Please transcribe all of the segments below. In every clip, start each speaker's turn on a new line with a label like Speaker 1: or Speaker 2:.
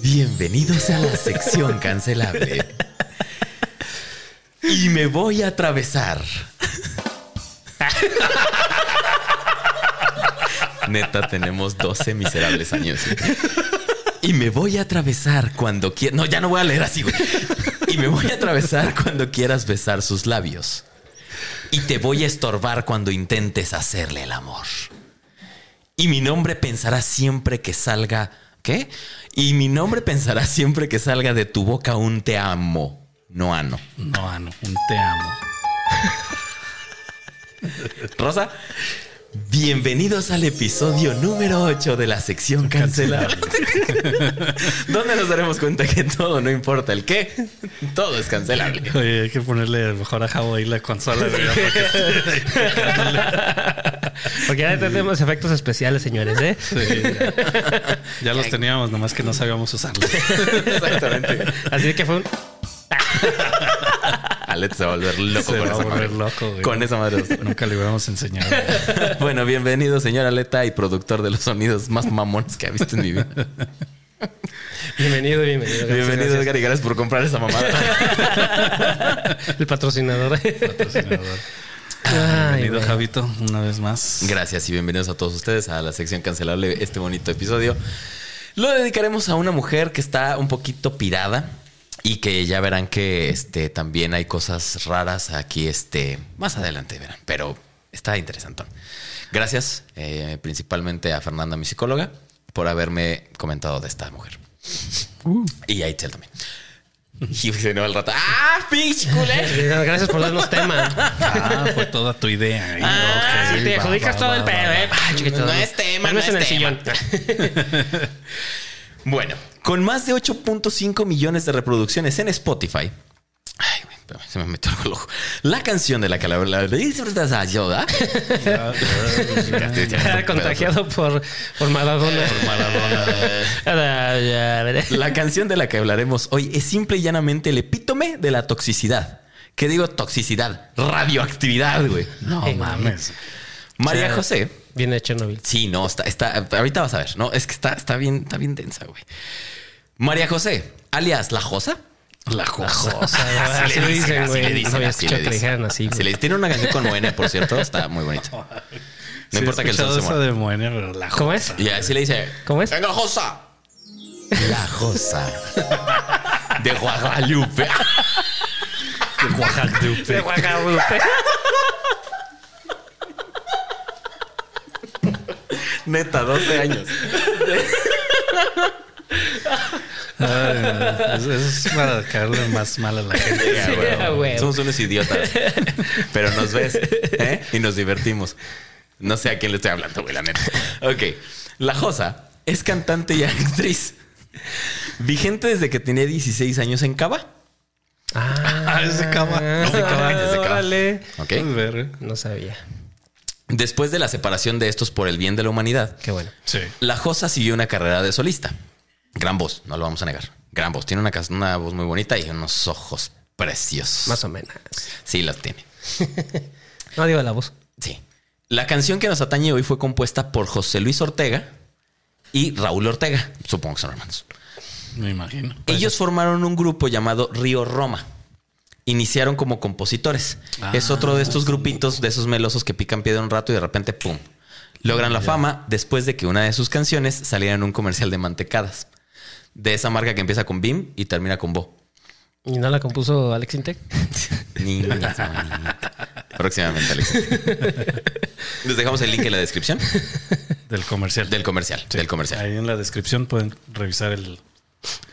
Speaker 1: Bienvenidos a la sección cancelable. Y me voy a atravesar. Neta, tenemos 12 miserables años. Y me voy a atravesar cuando quieras. No, ya no voy a leer así, güey. Y me voy a atravesar cuando quieras besar sus labios. Y te voy a estorbar cuando intentes hacerle el amor. Y mi nombre pensará siempre que salga. ¿Qué? Y mi nombre pensará siempre que salga de tu boca un te amo. No ano.
Speaker 2: No, ah, no, un te amo.
Speaker 1: Rosa, bienvenidos al episodio número 8 de la sección cancelable. donde nos daremos cuenta que todo, no importa el qué, todo es cancelable.
Speaker 2: Oye, hay que ponerle mejor a Jabo ahí la consola. güey, porque-
Speaker 3: Porque ya tenemos efectos especiales, señores, ¿eh?
Speaker 2: sí, ya Ya los teníamos, nomás que no sabíamos usarlos.
Speaker 1: Exactamente.
Speaker 3: Así que fue un...
Speaker 1: Alex se va a volver loco con
Speaker 2: Se va a
Speaker 1: esa madre.
Speaker 2: volver loco, güey.
Speaker 1: Con esa madre.
Speaker 2: Nunca le hubiéramos enseñado.
Speaker 1: Bueno, bienvenido, señor Aleta y productor de los sonidos más mamones que ha visto en mi vida.
Speaker 3: Bienvenido, bienvenido. Gracias,
Speaker 1: Bienvenido,
Speaker 3: gracias.
Speaker 1: Edgar, y gracias por comprar esa mamada.
Speaker 3: El patrocinador.
Speaker 2: patrocinador.
Speaker 3: Ay,
Speaker 2: Ah, Bienvenido,
Speaker 3: güey.
Speaker 2: Javito, una vez más.
Speaker 1: Gracias y bienvenidos a todos ustedes a la sección cancelable de este bonito episodio. Lo dedicaremos a una mujer que está un poquito pirada y que ya verán que este, también hay cosas raras aquí este, más adelante, verán, pero está interesante. Gracias eh, principalmente a Fernanda, mi psicóloga, por haberme comentado de esta mujer. Y a Itzel también. Y se no al rato. ¡Ah, pinche culero!
Speaker 3: Gracias por darnos tema.
Speaker 2: Ah, fue toda tu idea. Ay,
Speaker 3: Ah,
Speaker 2: ok,
Speaker 3: sí, te
Speaker 2: va,
Speaker 3: adjudicas
Speaker 2: va,
Speaker 3: todo
Speaker 2: va,
Speaker 3: el
Speaker 2: va,
Speaker 3: pedo,
Speaker 2: va.
Speaker 3: ¿eh? Ah, chiquito.
Speaker 1: No es tema,
Speaker 3: Duermes
Speaker 1: no
Speaker 3: en
Speaker 1: es
Speaker 3: el
Speaker 1: tema.
Speaker 3: sillón.
Speaker 1: Bueno, con más de 8.5 millones de reproducciones en Spotify. Ay, güey, espérame, se me metió algo al ojo. La canción de la calabra. La ayuda.
Speaker 3: Era contagiado por, por Maradona. Por Maradona.
Speaker 1: La canción de la que hablaremos hoy es simple y llanamente el epítome de la toxicidad. ¿Qué digo toxicidad? Radioactividad, güey.
Speaker 2: No mames.
Speaker 1: María
Speaker 3: sea,
Speaker 1: José.
Speaker 3: Viene Chernobyl.
Speaker 1: Sí, no, está, está, ahorita vas a ver, ¿no? Es que está, está bien, está bien densa, güey. María José, alias La Josa.
Speaker 2: La cosa.
Speaker 3: O sea, así le dicen,
Speaker 1: así le
Speaker 3: güey. No
Speaker 1: dicen,
Speaker 3: había
Speaker 1: así le
Speaker 3: escuchado que le
Speaker 1: dicen.
Speaker 3: dijeran así.
Speaker 1: Así
Speaker 3: güey.
Speaker 1: le- tiene una canción con Moenia, por cierto, está muy bonita. No importa que el sol se
Speaker 2: esa
Speaker 1: muera.
Speaker 2: de Moenia, pero la
Speaker 3: ¿Cómo
Speaker 2: cosa.
Speaker 1: Y así le dice,
Speaker 3: ¿Cómo es?
Speaker 1: ¡Venga, Josa! La Josa. De Guadalupe.
Speaker 2: De Guadalupe.
Speaker 3: De Guadalupe.
Speaker 1: Neta, 12 años.
Speaker 2: Ay, no, eso eso es para caerle más mal a la gente.
Speaker 1: Ya, güey.
Speaker 3: ya, güey.
Speaker 1: Somos unos idiotas. Pero nos ves ¿eh? y nos divertimos. No sé a quién le estoy hablando, güey, la neta. Ok. La Josa es cantante y actriz. Vigente desde que tenía 16 años en Cava.
Speaker 3: Ah,
Speaker 2: Ah, es de cama.
Speaker 3: es de cama,
Speaker 1: es de cama.
Speaker 3: Ah, Órale.
Speaker 1: Ok.
Speaker 2: Pues Ver.
Speaker 3: No sabía.
Speaker 1: Después de la separación de estos por el bien de la humanidad,
Speaker 3: Qué bueno.
Speaker 2: Sí.
Speaker 1: La Josa siguió una carrera de solista. Gran voz, no lo vamos a negar. Gran voz. Tiene una, cas- una voz muy bonita y unos ojos preciosos.
Speaker 3: Más o menos.
Speaker 1: Sí, los tiene.
Speaker 3: No digo la voz.
Speaker 1: Sí. La canción que nos atañe hoy fue compuesta por José Luis Ortega y Raúl Ortega. Supongo que son hermanos.
Speaker 2: Me imagino. Pues,
Speaker 1: Ellos formaron un grupo llamado Río Roma. Iniciaron como compositores. es otro de estos grupitos, de esos melosos que pican piedra un rato y de repente, ¡pum! Logran la fama después de que una de sus canciones saliera en un comercial de mantecadas. De esa marca que empieza con BIM y termina con Bo.
Speaker 3: ¿Y no la compuso Alex Intec?
Speaker 1: Niñas bonitas. Próximamente, Alex. Les dejamos el link en la descripción
Speaker 2: Del comercial.
Speaker 1: del comercial.
Speaker 2: Sí.
Speaker 1: Del comercial.
Speaker 2: Ahí en la descripción pueden revisar el.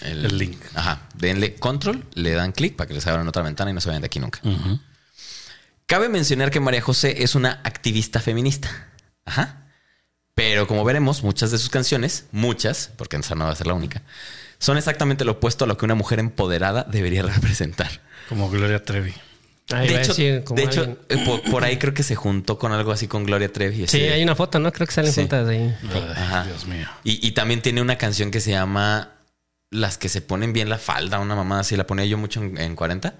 Speaker 2: El link.
Speaker 1: Ajá. Denle control, le dan clic para que les abran otra ventana y no se vayan de aquí nunca. Cabe mencionar que María José es una activista feminista. Ajá. Pero como veremos, muchas de sus canciones, muchas, porque esa no va a ser la única, son exactamente lo opuesto a lo que una mujer empoderada debería representar.
Speaker 2: Como Gloria Trevi.
Speaker 3: Ahí
Speaker 1: de
Speaker 3: va a
Speaker 1: hecho,
Speaker 3: decir como
Speaker 1: de hecho,
Speaker 3: alguien.
Speaker 1: eh, por, por ahí creo que se juntó con algo así con Gloria Trevi. este,
Speaker 3: Sí,
Speaker 1: así.
Speaker 3: hay una foto, ¿no? Creo que salen
Speaker 1: Sí.
Speaker 3: juntas ahí.
Speaker 2: Ay,
Speaker 1: Ajá.
Speaker 2: Dios mío.
Speaker 1: Y, y también tiene una canción que se llama Las que se ponen bien la falda, una mamá así, la ponía yo mucho en, en 40.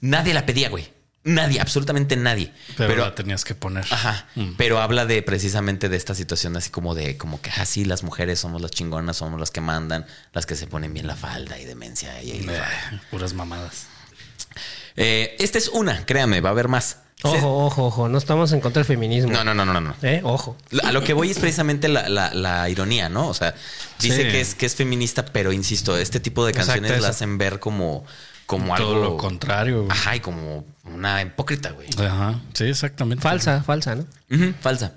Speaker 1: Nadie la pedía, güey. Nadie, absolutamente nadie.
Speaker 2: Pero,
Speaker 1: Pero,
Speaker 2: la Mm. tenías que poner.
Speaker 1: ajá, pero habla de precisamente de esta situación así como de como que así las mujeres somos las chingonas, somos las que mandan, las que se ponen bien la falda y demencia y, y-
Speaker 2: Eh, puras mamadas.
Speaker 1: Eh, esta es una, créame, va a haber más.
Speaker 2: Oh.
Speaker 3: Ojo,
Speaker 1: Se-
Speaker 3: ojo, ojo. No estamos en contra del feminismo.
Speaker 1: No, no, no, no, no.
Speaker 3: ¿Eh? Ojo.
Speaker 1: A lo que voy es precisamente la, la- la ironía, ¿no? O sea, dice
Speaker 2: Sí.
Speaker 1: que es que es feminista, pero insisto, este tipo de
Speaker 2: Exacto,
Speaker 1: canciones la
Speaker 2: eso.
Speaker 1: hacen ver como, como
Speaker 2: Todo
Speaker 1: algo.
Speaker 2: lo contrario. güey.
Speaker 1: Ajá, y como una hipócrita, güey.
Speaker 2: Ajá. Sí, exactamente.
Speaker 3: Falsa, falsa, ¿no?
Speaker 1: Ujú, falsa.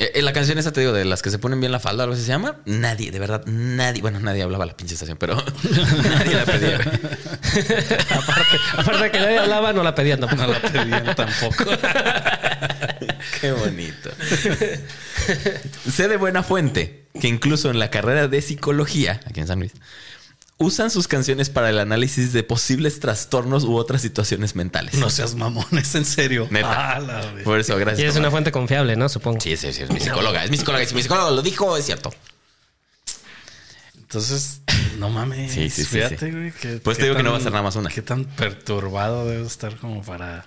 Speaker 1: Eh, eh, la canción esa, te digo, de las que se ponen bien la falda, algo así se llama. Nadie, de verdad, nadie. Bueno, nadie hablaba la pinche estación, pero nadie la pedía. güey.
Speaker 3: aparte, aparte de que nadie hablaba, no la pedían tampoco.
Speaker 2: No la pedían tampoco.
Speaker 1: Qué bonito. sé de buena fuente que incluso en la carrera de psicología, aquí en San Luis, usan sus canciones para el análisis de posibles trastornos u otras situaciones mentales.
Speaker 2: No seas mamones, en serio.
Speaker 1: Neta.
Speaker 2: Ah, la vez.
Speaker 1: Por eso,
Speaker 3: y
Speaker 1: gracias.
Speaker 3: es una
Speaker 1: comadre.
Speaker 3: fuente confiable, ¿no? Supongo.
Speaker 1: Sí, sí, sí, es mi psicóloga. Es mi psicóloga. Si mi psicóloga lo dijo, es cierto.
Speaker 2: Entonces, no mames.
Speaker 1: Sí, sí, sí,
Speaker 2: Fíjate,
Speaker 1: sí.
Speaker 2: güey. que-
Speaker 1: Pues te
Speaker 2: qué
Speaker 1: digo que no va a
Speaker 2: tan-
Speaker 1: ser nada más una.
Speaker 2: Qué tan perturbado debe estar como para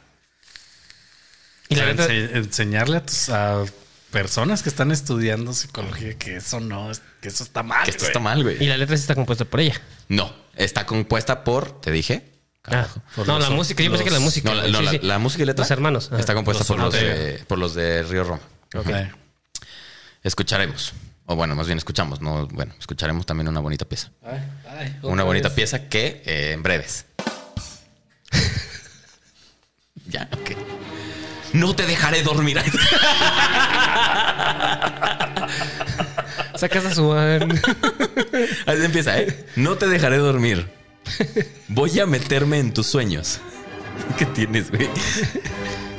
Speaker 3: Y la
Speaker 2: o sea,
Speaker 3: neta-
Speaker 2: ense- enseñarle a, tus, a personas que están estudiando psicología que eso no, es- que eso está mal.
Speaker 1: Que esto
Speaker 2: güey.
Speaker 1: está mal,
Speaker 3: Y
Speaker 1: güey.
Speaker 3: la letra sí está compuesta por ella.
Speaker 1: No, está compuesta por, te dije. Carajo.
Speaker 3: Ah,
Speaker 2: Por
Speaker 3: no,
Speaker 2: los-
Speaker 3: la música. Yo pensé que la
Speaker 2: los-
Speaker 3: música.
Speaker 1: No, la,
Speaker 3: güey,
Speaker 1: no,
Speaker 3: sí,
Speaker 1: la-
Speaker 3: sí.
Speaker 1: la música y letra.
Speaker 3: Los hermanos. ajá.
Speaker 1: Está compuesta
Speaker 2: Los
Speaker 1: por los,
Speaker 2: hermanos.
Speaker 1: de, por los de Río Roma.
Speaker 2: Ok.
Speaker 1: Escucharemos. O bueno, más bien escuchamos. No, bueno, escucharemos también una bonita pieza.
Speaker 2: Ay, ay,
Speaker 1: Una
Speaker 2: otra
Speaker 1: bonita
Speaker 2: vez.
Speaker 1: pieza que eh, en breves. ya, ok. No te dejaré dormir.
Speaker 3: Sacas a su.
Speaker 1: Así empieza, ¿eh? No te dejaré dormir. Voy a meterme en tus sueños. ¿Qué tienes, güey?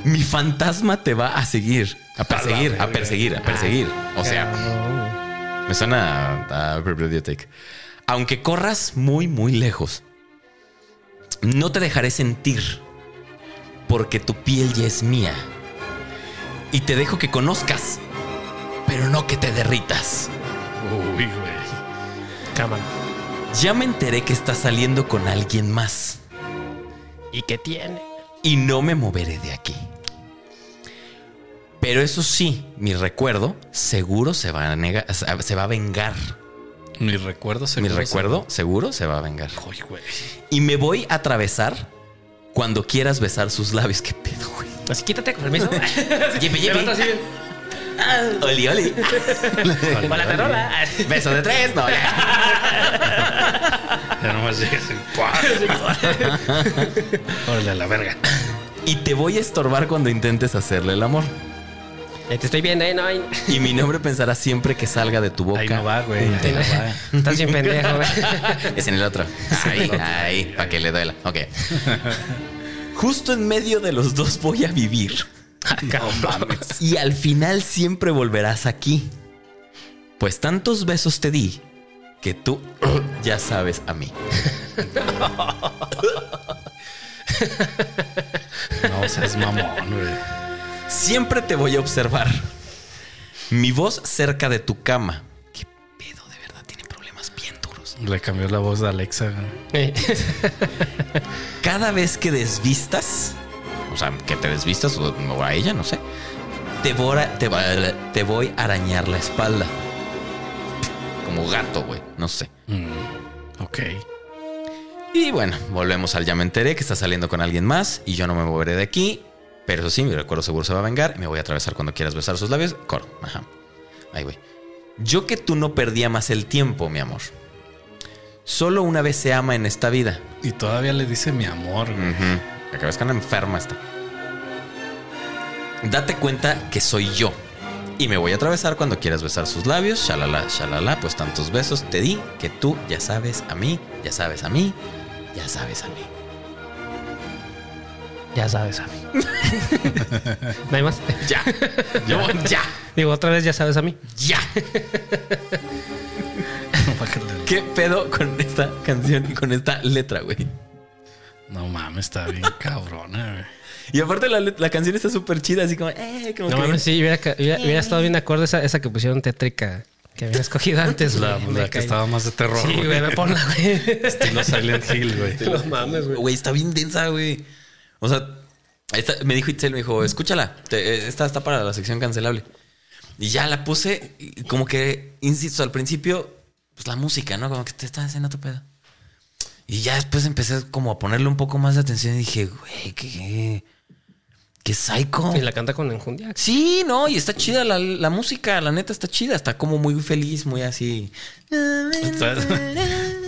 Speaker 1: Mi fantasma te va a seguir. A perseguir, a perseguir, a perseguir. O sea,
Speaker 3: sea.
Speaker 1: me suena a, a Bibliothek. Aunque corras muy, muy lejos, no te dejaré sentir, porque tu piel ya es mía. Y te dejo que conozcas, pero no que te derritas.
Speaker 2: Uy, güey.
Speaker 3: Cámara.
Speaker 1: Ya me enteré que estás saliendo con alguien más.
Speaker 3: ¿Y qué tiene?
Speaker 1: y no me moveré de aquí. Pero eso sí, mi recuerdo seguro se va a, nega- se va a vengar.
Speaker 2: Mi recuerdo se
Speaker 1: Mi recuerdo seguro se va a vengar.
Speaker 2: Uy, güey.
Speaker 1: Y me voy a atravesar cuando quieras besar sus labios. ¿Qué pedo, güey?
Speaker 3: Así quítate con permiso.
Speaker 1: Yepe, yepe.
Speaker 3: Levanta así bien.
Speaker 1: Ah, Oli, oli.
Speaker 3: Hola, tarola.
Speaker 1: Beso de tres. No, ya.
Speaker 2: Ya nomás llegas y ¡pua! Órale a la verga.
Speaker 1: Y te voy a estorbar cuando intentes hacerle el amor.
Speaker 3: Ya te estoy viendo, ¿eh? No, ahí-
Speaker 1: Y mi nombre pensará siempre que salga de tu boca.
Speaker 2: Ahí no va, güey.
Speaker 1: un
Speaker 2: Ahí
Speaker 1: te-
Speaker 2: no va.
Speaker 3: estás bien pendejo, güey.
Speaker 1: Es en el otro. Ahí, ahí, para que le duela. Ok. Justo en medio de los dos voy a vivir. Ah, Y al final siempre volverás aquí. Pues tantos besos te di que tú ya sabes a mí.
Speaker 2: No seas mamón, güey.
Speaker 1: Siempre te voy a observar. Mi voz cerca de tu cama. ¿Qué pedo? De verdad, tiene problemas bien duros.
Speaker 2: Le cambió la voz de Alexa, güey.
Speaker 3: Eh,
Speaker 1: Cada vez que desvistas, o sea, que te desvistas o, o a ella, no sé, te, vora- te, va- te voy a arañar la espalda. Como gato, güey, no sé.
Speaker 2: Mm, Ok.
Speaker 1: Y bueno, volvemos al ya me enteré que está saliendo con alguien más y yo no me moveré de aquí. Pero eso sí, mi recuerdo seguro se va a vengar y me voy a atravesar cuando quieras besar sus labios. Coro, ajá. Ahí voy. Yo que tú no perdía más el tiempo, mi amor. Solo una vez se ama en esta vida.
Speaker 2: Y todavía le dice mi amor, güey.
Speaker 1: Ujú. La cabeza que anda enferma está. Date cuenta que soy yo. Y me voy a atravesar cuando quieras besar sus labios. Shalala, shalala. Pues tantos besos te di que tú ya sabes a mí, ya sabes a mí, ya sabes a mí.
Speaker 3: ya sabes a mí. ¿No hay más?
Speaker 1: Ya.
Speaker 2: Mm.
Speaker 1: Yo, ya.
Speaker 3: Digo, otra vez ya sabes a mí.
Speaker 1: Ya.
Speaker 2: Bájale.
Speaker 1: ¿Qué pedo con esta canción y con esta letra, güey?
Speaker 2: No mames, está bien cabrona, güey.
Speaker 1: Y aparte la, let- la canción está súper chida, así como, eh, como
Speaker 3: No
Speaker 1: que-
Speaker 3: mames, sí, hubiera, ca- hubiera- hubiera estado bien de acuerdo esa, esa que pusieron tétrica que había escogido antes.
Speaker 2: La,
Speaker 3: güey.
Speaker 2: la
Speaker 3: Me
Speaker 2: que
Speaker 3: caí.
Speaker 2: estaba más de terror,
Speaker 3: Sí, güey,
Speaker 2: güey.
Speaker 3: me ponla, güey.
Speaker 2: Estilo Silent Hill, güey.
Speaker 3: mames,
Speaker 1: Güey, está bien densa, güey. O sea, Esta- me dijo Itzel, me dijo, escúchala, te- eh, esta está para la sección cancelable. Y ya la puse, y como que, insisto, al principio, pues la música, ¿no? Como que te estás haciendo tu pedo. Y ya después empecé como a ponerle un poco más de atención y dije, güey, qué, qué, qué psycho.
Speaker 3: Y la canta con enjundia.
Speaker 1: Sí, no, y está chida la, la música, la neta está chida, está como muy feliz, muy así.
Speaker 2: Está,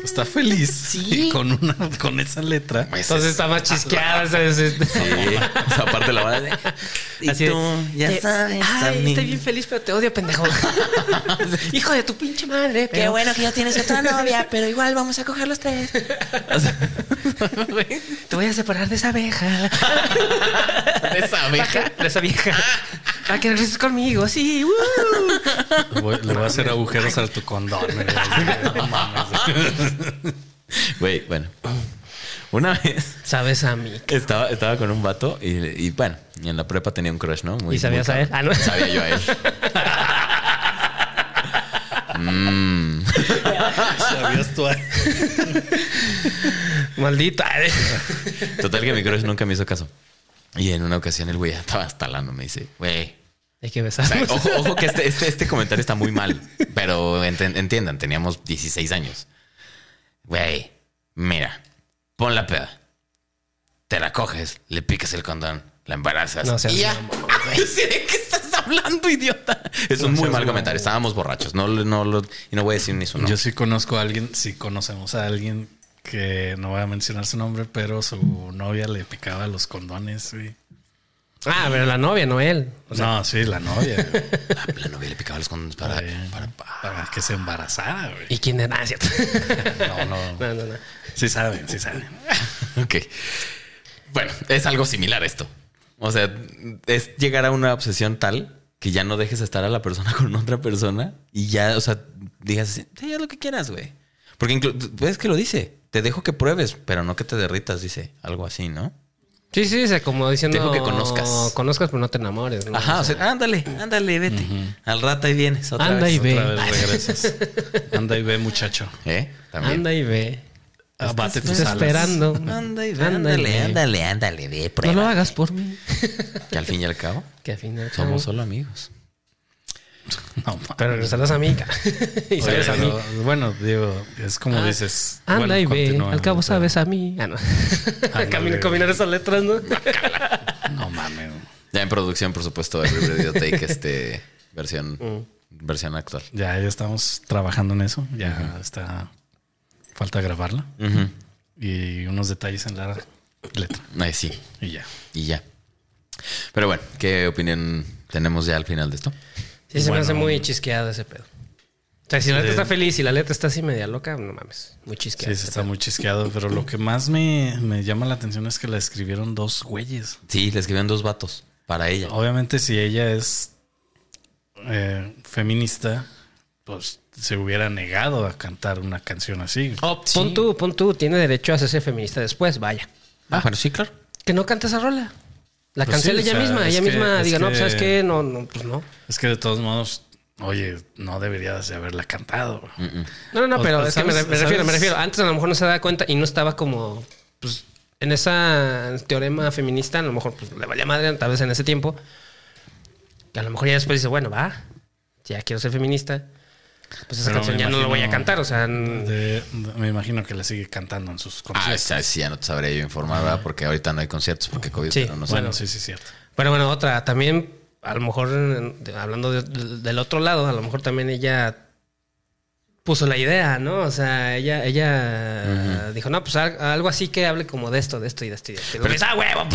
Speaker 2: está feliz.
Speaker 1: Sí.
Speaker 2: Y con, una, con esa letra.
Speaker 3: Entonces está más chisqueada. ¿sabes? Este,
Speaker 1: Sí, esa parte la van a decir.
Speaker 3: Así de, eh, Ay,
Speaker 1: Sammy".
Speaker 3: estoy bien feliz, pero te odio, pendejo. Hijo de tu pinche madre.
Speaker 4: Qué bueno que ya tienes otra novia, pero igual vamos a coger los tres.
Speaker 3: Te voy a separar de esa abeja.
Speaker 1: De esa abeja.
Speaker 3: De esa vieja. Para que regreses conmigo, sí. uh.
Speaker 2: Le voy, le voy a hacer agujeros a tu condón. güey. No mames.
Speaker 1: Güey, bueno. Una vez
Speaker 3: Sabes a mí.
Speaker 1: estaba, estaba con un vato y, y, bueno, y en la prepa tenía un crush, ¿no? Muy-
Speaker 3: ¿Y sabías
Speaker 1: muy
Speaker 3: a él?
Speaker 1: cabrón.
Speaker 3: Ah, no.
Speaker 1: Sabía yo a él. Mm.
Speaker 2: ¿Sabías tú?
Speaker 3: Maldita.
Speaker 1: Total que mi crush nunca me hizo caso. Y en una ocasión el güey ya estaba hasta lano, me dice, güey.
Speaker 3: Hay que
Speaker 1: O sea,
Speaker 3: besar.
Speaker 1: ojo, ojo que este, este, este comentario está muy mal, pero enten- entiendan, teníamos 16 años. Güey, mira, pon la peda. Te la coges, le picas el condón, la embarazas.
Speaker 3: No seas
Speaker 1: y ya. Ay, sí, ¿De qué estás hablando, idiota? Es un muy mal comentario. Estábamos borrachos. No, lo- no, lo- y no voy a decir ni su nombre.
Speaker 2: Yo sí conozco a alguien, sí conocemos a alguien que no voy a mencionar su nombre, pero su novia le picaba los condones. güey.
Speaker 3: Ah, pero la novia, no él.
Speaker 2: no, sí, la novia. güey.
Speaker 1: La, Ah, la novia le picaba los condones para,
Speaker 2: Para,
Speaker 1: para-
Speaker 2: para que se embarazara. güey.
Speaker 3: ¿Y quién era? Ah, cierto.
Speaker 2: No, no.
Speaker 3: No, no, no.
Speaker 2: Sí saben, sí saben.
Speaker 1: Ok. Bueno, es algo similar esto. O sea, es llegar a una obsesión tal que ya no dejes estar a la persona con otra persona y ya, o sea, digas, sí, haz lo que quieras, güey. Porque inclu- es que lo dice, te dejo que pruebes, pero no que te derritas, dice, algo así, ¿no?
Speaker 3: Sí, sí, o sea, como diciendo.
Speaker 1: Dejo que conozcas.
Speaker 3: Conozcas, pero no te enamores. ¿no?
Speaker 1: Ajá, o sea, ándale, ándale, vete. Al rato ahí vienes otra
Speaker 3: Anda
Speaker 1: vez.
Speaker 3: y ve.
Speaker 2: Otra vez regresas. Anda y ve, muchacho.
Speaker 1: ¿Eh? También.
Speaker 3: Anda y ve.
Speaker 2: Abate
Speaker 3: Te
Speaker 2: tus
Speaker 3: está
Speaker 2: alas.
Speaker 3: esperando.
Speaker 1: Anda y ve,
Speaker 3: Anda y
Speaker 1: ándale,
Speaker 3: ve.
Speaker 1: ándale, ándale, ve,
Speaker 3: No
Speaker 1: prueba.
Speaker 3: lo hagas por mí.
Speaker 1: Que al fin y al cabo,
Speaker 3: que al final.
Speaker 1: somos solo amigos.
Speaker 2: No, ma-
Speaker 3: Pero regresarás a mí. ca- y sabes a
Speaker 2: Oye,
Speaker 3: mí. Ah,
Speaker 2: pero, Bueno, digo, es como dices.
Speaker 3: Anda
Speaker 2: bueno,
Speaker 3: y ve.
Speaker 2: continúa,
Speaker 3: al cabo
Speaker 2: pero-
Speaker 3: sabes a mí. Ah, no. Camino,
Speaker 2: ve.
Speaker 3: combinar esas letras, ¿no?
Speaker 2: No mames.
Speaker 1: Ya en producción, por supuesto, Every Video Take, este, versión, versión actual.
Speaker 2: Ya, ya estamos trabajando en eso. Ya está. Falta grabarla y unos detalles en la letra.
Speaker 1: Ay, sí,
Speaker 2: Y ya.
Speaker 1: y ya. Pero bueno, ¿qué opinión tenemos ya al final de esto?
Speaker 3: Sí, se me
Speaker 2: Bueno.
Speaker 3: hace muy chisqueado ese pedo. O sea, si la letra está feliz y la letra está así media loca, no mames. Muy
Speaker 2: Sí, se
Speaker 3: chisqueado.
Speaker 2: está muy chisqueado, pero lo que más me, me llama la atención es que la escribieron dos güeyes.
Speaker 1: Sí, le escribieron dos vatos para ella.
Speaker 2: Obviamente, si ella es eh, feminista, pues se hubiera negado a cantar una canción así.
Speaker 3: Oh, Pon tú, pon tú, tiene derecho a hacerse feminista después, vaya.
Speaker 1: Ah, bueno, sí, claro.
Speaker 3: Que no cante esa rola. La
Speaker 2: Pues sí,
Speaker 3: cancela
Speaker 2: o
Speaker 3: ella
Speaker 2: sea,
Speaker 3: misma.
Speaker 2: es
Speaker 3: Ella
Speaker 2: que-
Speaker 3: misma
Speaker 2: es
Speaker 3: diga, no,
Speaker 2: que-
Speaker 3: pues, ¿sabes qué? No, no, pues no.
Speaker 2: Es que de todos modos, oye, no deberías de haberla cantado.
Speaker 3: No, no, no,
Speaker 2: O-
Speaker 3: pero
Speaker 2: o
Speaker 3: es que me,
Speaker 2: Pues, sabes-
Speaker 3: re- me refiero, me
Speaker 2: sabes-
Speaker 3: refiero. Antes a lo mejor no se daba cuenta y no estaba como, pues, en esa teorema feminista, a lo mejor pues, le valía madre, tal vez en ese tiempo. Que a lo mejor ya después dice, bueno, va, si ya quiero ser feminista, pues esa
Speaker 2: Pero
Speaker 3: canción
Speaker 2: me
Speaker 3: ya no la voy a
Speaker 2: imagino-
Speaker 3: cantar, o sea, n-
Speaker 2: De- de- me imagino que la sigue cantando en sus
Speaker 1: Ah,
Speaker 2: conciertos.
Speaker 1: esa sí, ya no te sabría yo informar, ¿verdad? Porque ahorita no hay conciertos porque COVID,
Speaker 3: Sí,
Speaker 1: pero no sé.
Speaker 2: bueno, sí, sí, cierto.
Speaker 3: Pero bueno, otra, también, a lo mejor, de- hablando de- de- del otro lado, a lo mejor también ella puso la idea, ¿no? O sea, ella, ella dijo, no, pues al- algo así que hable como de esto, de esto y de esto y de esto. Y dices, "Ah, huevo!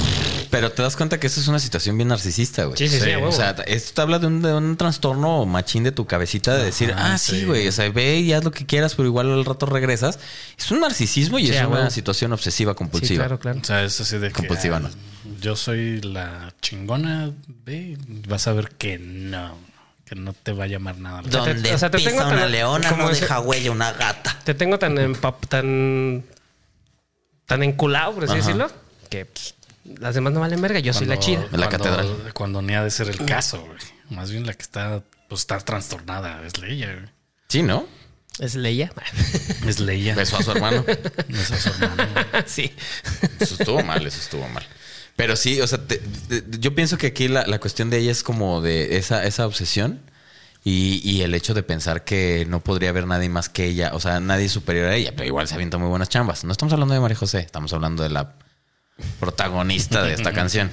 Speaker 1: Pero te das cuenta que eso es una situación bien narcisista, güey.
Speaker 3: Sí, sí, sí, a
Speaker 1: Eh, O
Speaker 3: huevo.
Speaker 1: sea, esto te habla de un, de un trastorno machín de tu cabecita de decir, ah, sí,
Speaker 2: sí.
Speaker 1: güey, o sea, ve y haz lo que quieras, pero igual al rato regresas. Es un narcisismo y
Speaker 3: Sí,
Speaker 1: es
Speaker 3: a
Speaker 1: una
Speaker 3: huevo.
Speaker 1: situación obsesiva compulsiva.
Speaker 3: Sí, claro, claro.
Speaker 2: O sea, es así de que,
Speaker 1: Compulsiva,
Speaker 2: ah,
Speaker 1: ¿no?
Speaker 2: Yo soy la chingona, ve, vas a ver que no, que no te va a llamar nada.
Speaker 3: sea, te-
Speaker 4: Donde
Speaker 3: o sea, te
Speaker 4: pisa
Speaker 3: tengo
Speaker 4: una
Speaker 3: tan-
Speaker 4: leona,
Speaker 3: como
Speaker 4: no
Speaker 3: ese-
Speaker 4: deja huella una gata.
Speaker 3: Te tengo tan empap- tan tan enculado, por así
Speaker 1: Ajá.
Speaker 3: decirlo, que pues, las demás no valen verga, yo soy la chida.
Speaker 1: En la catedral.
Speaker 2: catedral. Cuando ni ha de ser el caso, güey. Más bien la que está, pues está trastornada, es Leia, güey.
Speaker 1: Sí, ¿no?
Speaker 3: Es Leia.
Speaker 2: Es Leia.
Speaker 1: Besó a su hermano.
Speaker 2: Eso es su hermano.
Speaker 3: sí.
Speaker 1: Eso estuvo mal, eso estuvo mal. Pero sí, o sea, te- te- yo pienso que aquí la, la cuestión de ella es como de esa, esa obsesión y, y el hecho de pensar que no podría haber nadie más que ella, o sea, nadie superior a ella, pero igual se avienta muy buenas chambas. No estamos hablando de María José, estamos hablando de la protagonista de esta canción.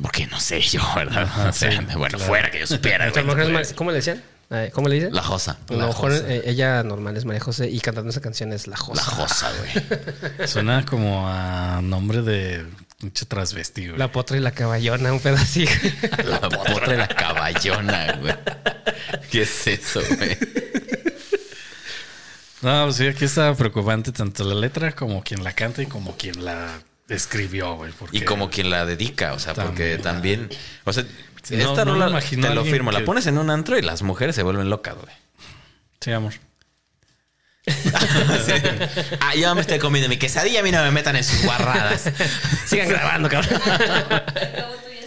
Speaker 1: Porque no sé yo, ¿verdad? O sea, bueno, fuera que yo supiera.
Speaker 3: Nuestra
Speaker 1: güey,
Speaker 3: mujer es
Speaker 1: tú
Speaker 3: Mar-
Speaker 1: puedes.
Speaker 3: ¿Cómo le decían? Eh, ¿Cómo le dicen?
Speaker 1: la Josa.
Speaker 2: Pues
Speaker 3: A lo
Speaker 1: La
Speaker 3: mejor
Speaker 1: Josa.
Speaker 3: eh, ella normal es María José y cantando esa canción es
Speaker 1: La
Speaker 3: La Josa.
Speaker 1: Josa, güey.
Speaker 2: Suena como a nombre de pinche transvesti, güey.
Speaker 3: La potra y la caballona, un pedacito. eh,
Speaker 1: La potra de la caballona, güey. ¿Qué es eso, güey?
Speaker 2: No, pues sí, aquí está preocupante tanto la letra como quien la canta y como quien la escribió, güey. porque-
Speaker 1: Y como quien la dedica, o sea, porque también. O sea,
Speaker 2: Sí, no-
Speaker 1: esta
Speaker 2: no me
Speaker 1: rola,
Speaker 2: imagino
Speaker 1: te
Speaker 2: a
Speaker 1: lo
Speaker 2: alguien
Speaker 1: firmo, la
Speaker 2: que-
Speaker 1: pones en un antro y las mujeres se vuelven locas, güey.
Speaker 2: Sí, amor.
Speaker 1: Así de, Ah, yo me estoy comiendo mi quesadilla, a mí no me metan en sus guarradas.
Speaker 3: Sigan grabando, cabrón.
Speaker 5: Luego tú ya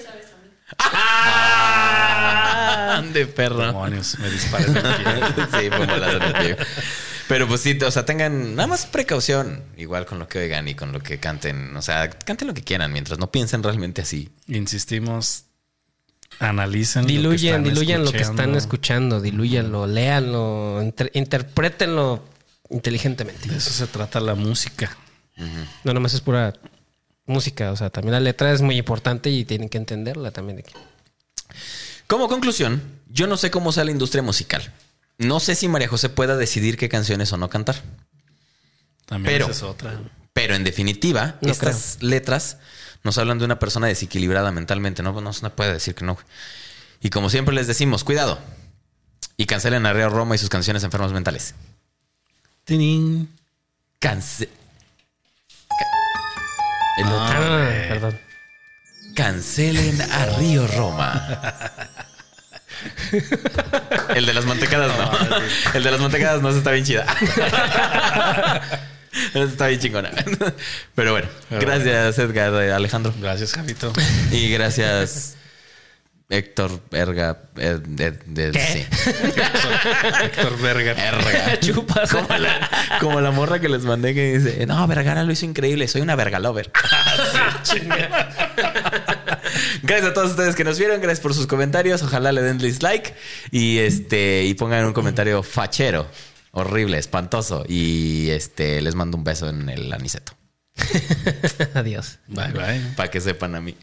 Speaker 5: sabes a mí.
Speaker 1: ¡Ah! De perro.
Speaker 2: Demonios, me disparé. en el pie.
Speaker 1: sí, fue molazo en el pie. Pero pues sí, o sea, tengan nada más precaución, igual con lo que oigan y con lo que canten. O sea, canten lo que quieran mientras no piensen realmente así.
Speaker 2: Insistimos, analicen. lo que
Speaker 3: Diluyen,
Speaker 2: están
Speaker 3: diluyen lo que están
Speaker 2: escuchando.
Speaker 3: escuchando, dilúyanlo, léanlo, inter- interprétenlo inteligentemente.
Speaker 2: De eso se trata la música.
Speaker 3: No nomás es pura música, o sea, también la letra es muy importante y tienen que entenderla también.
Speaker 1: Como conclusión, yo no sé cómo sea la industria musical. No sé si María José pueda decidir qué canciones o no cantar.
Speaker 2: También
Speaker 1: Pero-
Speaker 2: esa es otra.
Speaker 1: Pero en definitiva,
Speaker 3: No
Speaker 1: estas letras nos hablan de una persona desequilibrada mentalmente. No, no se puede decir que no. güey. Y como siempre les decimos, cuidado. Y cancelen a Río Roma y sus canciones enfermos mentales.
Speaker 2: Tinín.
Speaker 1: Cance- Ca- El otro.
Speaker 3: Ah, perdón.
Speaker 1: Cancelen a Río Roma. El de las mantecadas no. El de las mantecadas no esa está bien chida. Esa Está bien chingona. Pero bueno, gracias Edgar, eh, Alejandro.
Speaker 2: Gracias, Javito.
Speaker 1: Y gracias Héctor Erga. Ed- Ed- Ed- sí.
Speaker 2: Héctor Berger.
Speaker 1: Erga.
Speaker 3: Chupas.
Speaker 1: Como la, como la morra que les mandé que dice, no, Vergara lo hizo increíble, soy una verga lover. Ah, gracias a todos ustedes que nos vieron, gracias por sus comentarios, ojalá le den dislike y este y pongan un comentario fachero, horrible, espantoso y este les mando un beso en el aniceto
Speaker 3: Adiós.
Speaker 2: Bye, bye.
Speaker 1: para que sepan a mí.